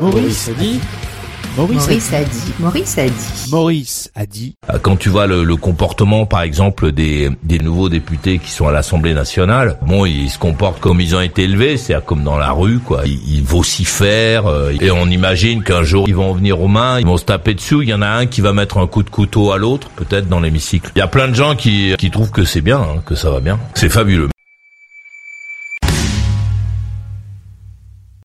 Maurice a dit. Maurice a dit. Maurice a dit. Maurice a dit. Euh, Quand tu vois le, le comportement, par exemple, des, des nouveaux députés qui sont à l'Assemblée nationale, bon, ils se comportent comme ils ont été élevés, c'est-à-dire comme dans la rue, quoi. Ils, ils vocifèrent, euh, et on imagine qu'un jour, ils vont venir aux mains, ils vont se taper dessus, il y en a un qui va mettre un coup de couteau à l'autre, peut-être dans l'hémicycle. Il y a plein de gens qui, qui trouvent que c'est bien, hein, que ça va bien. C'est fabuleux.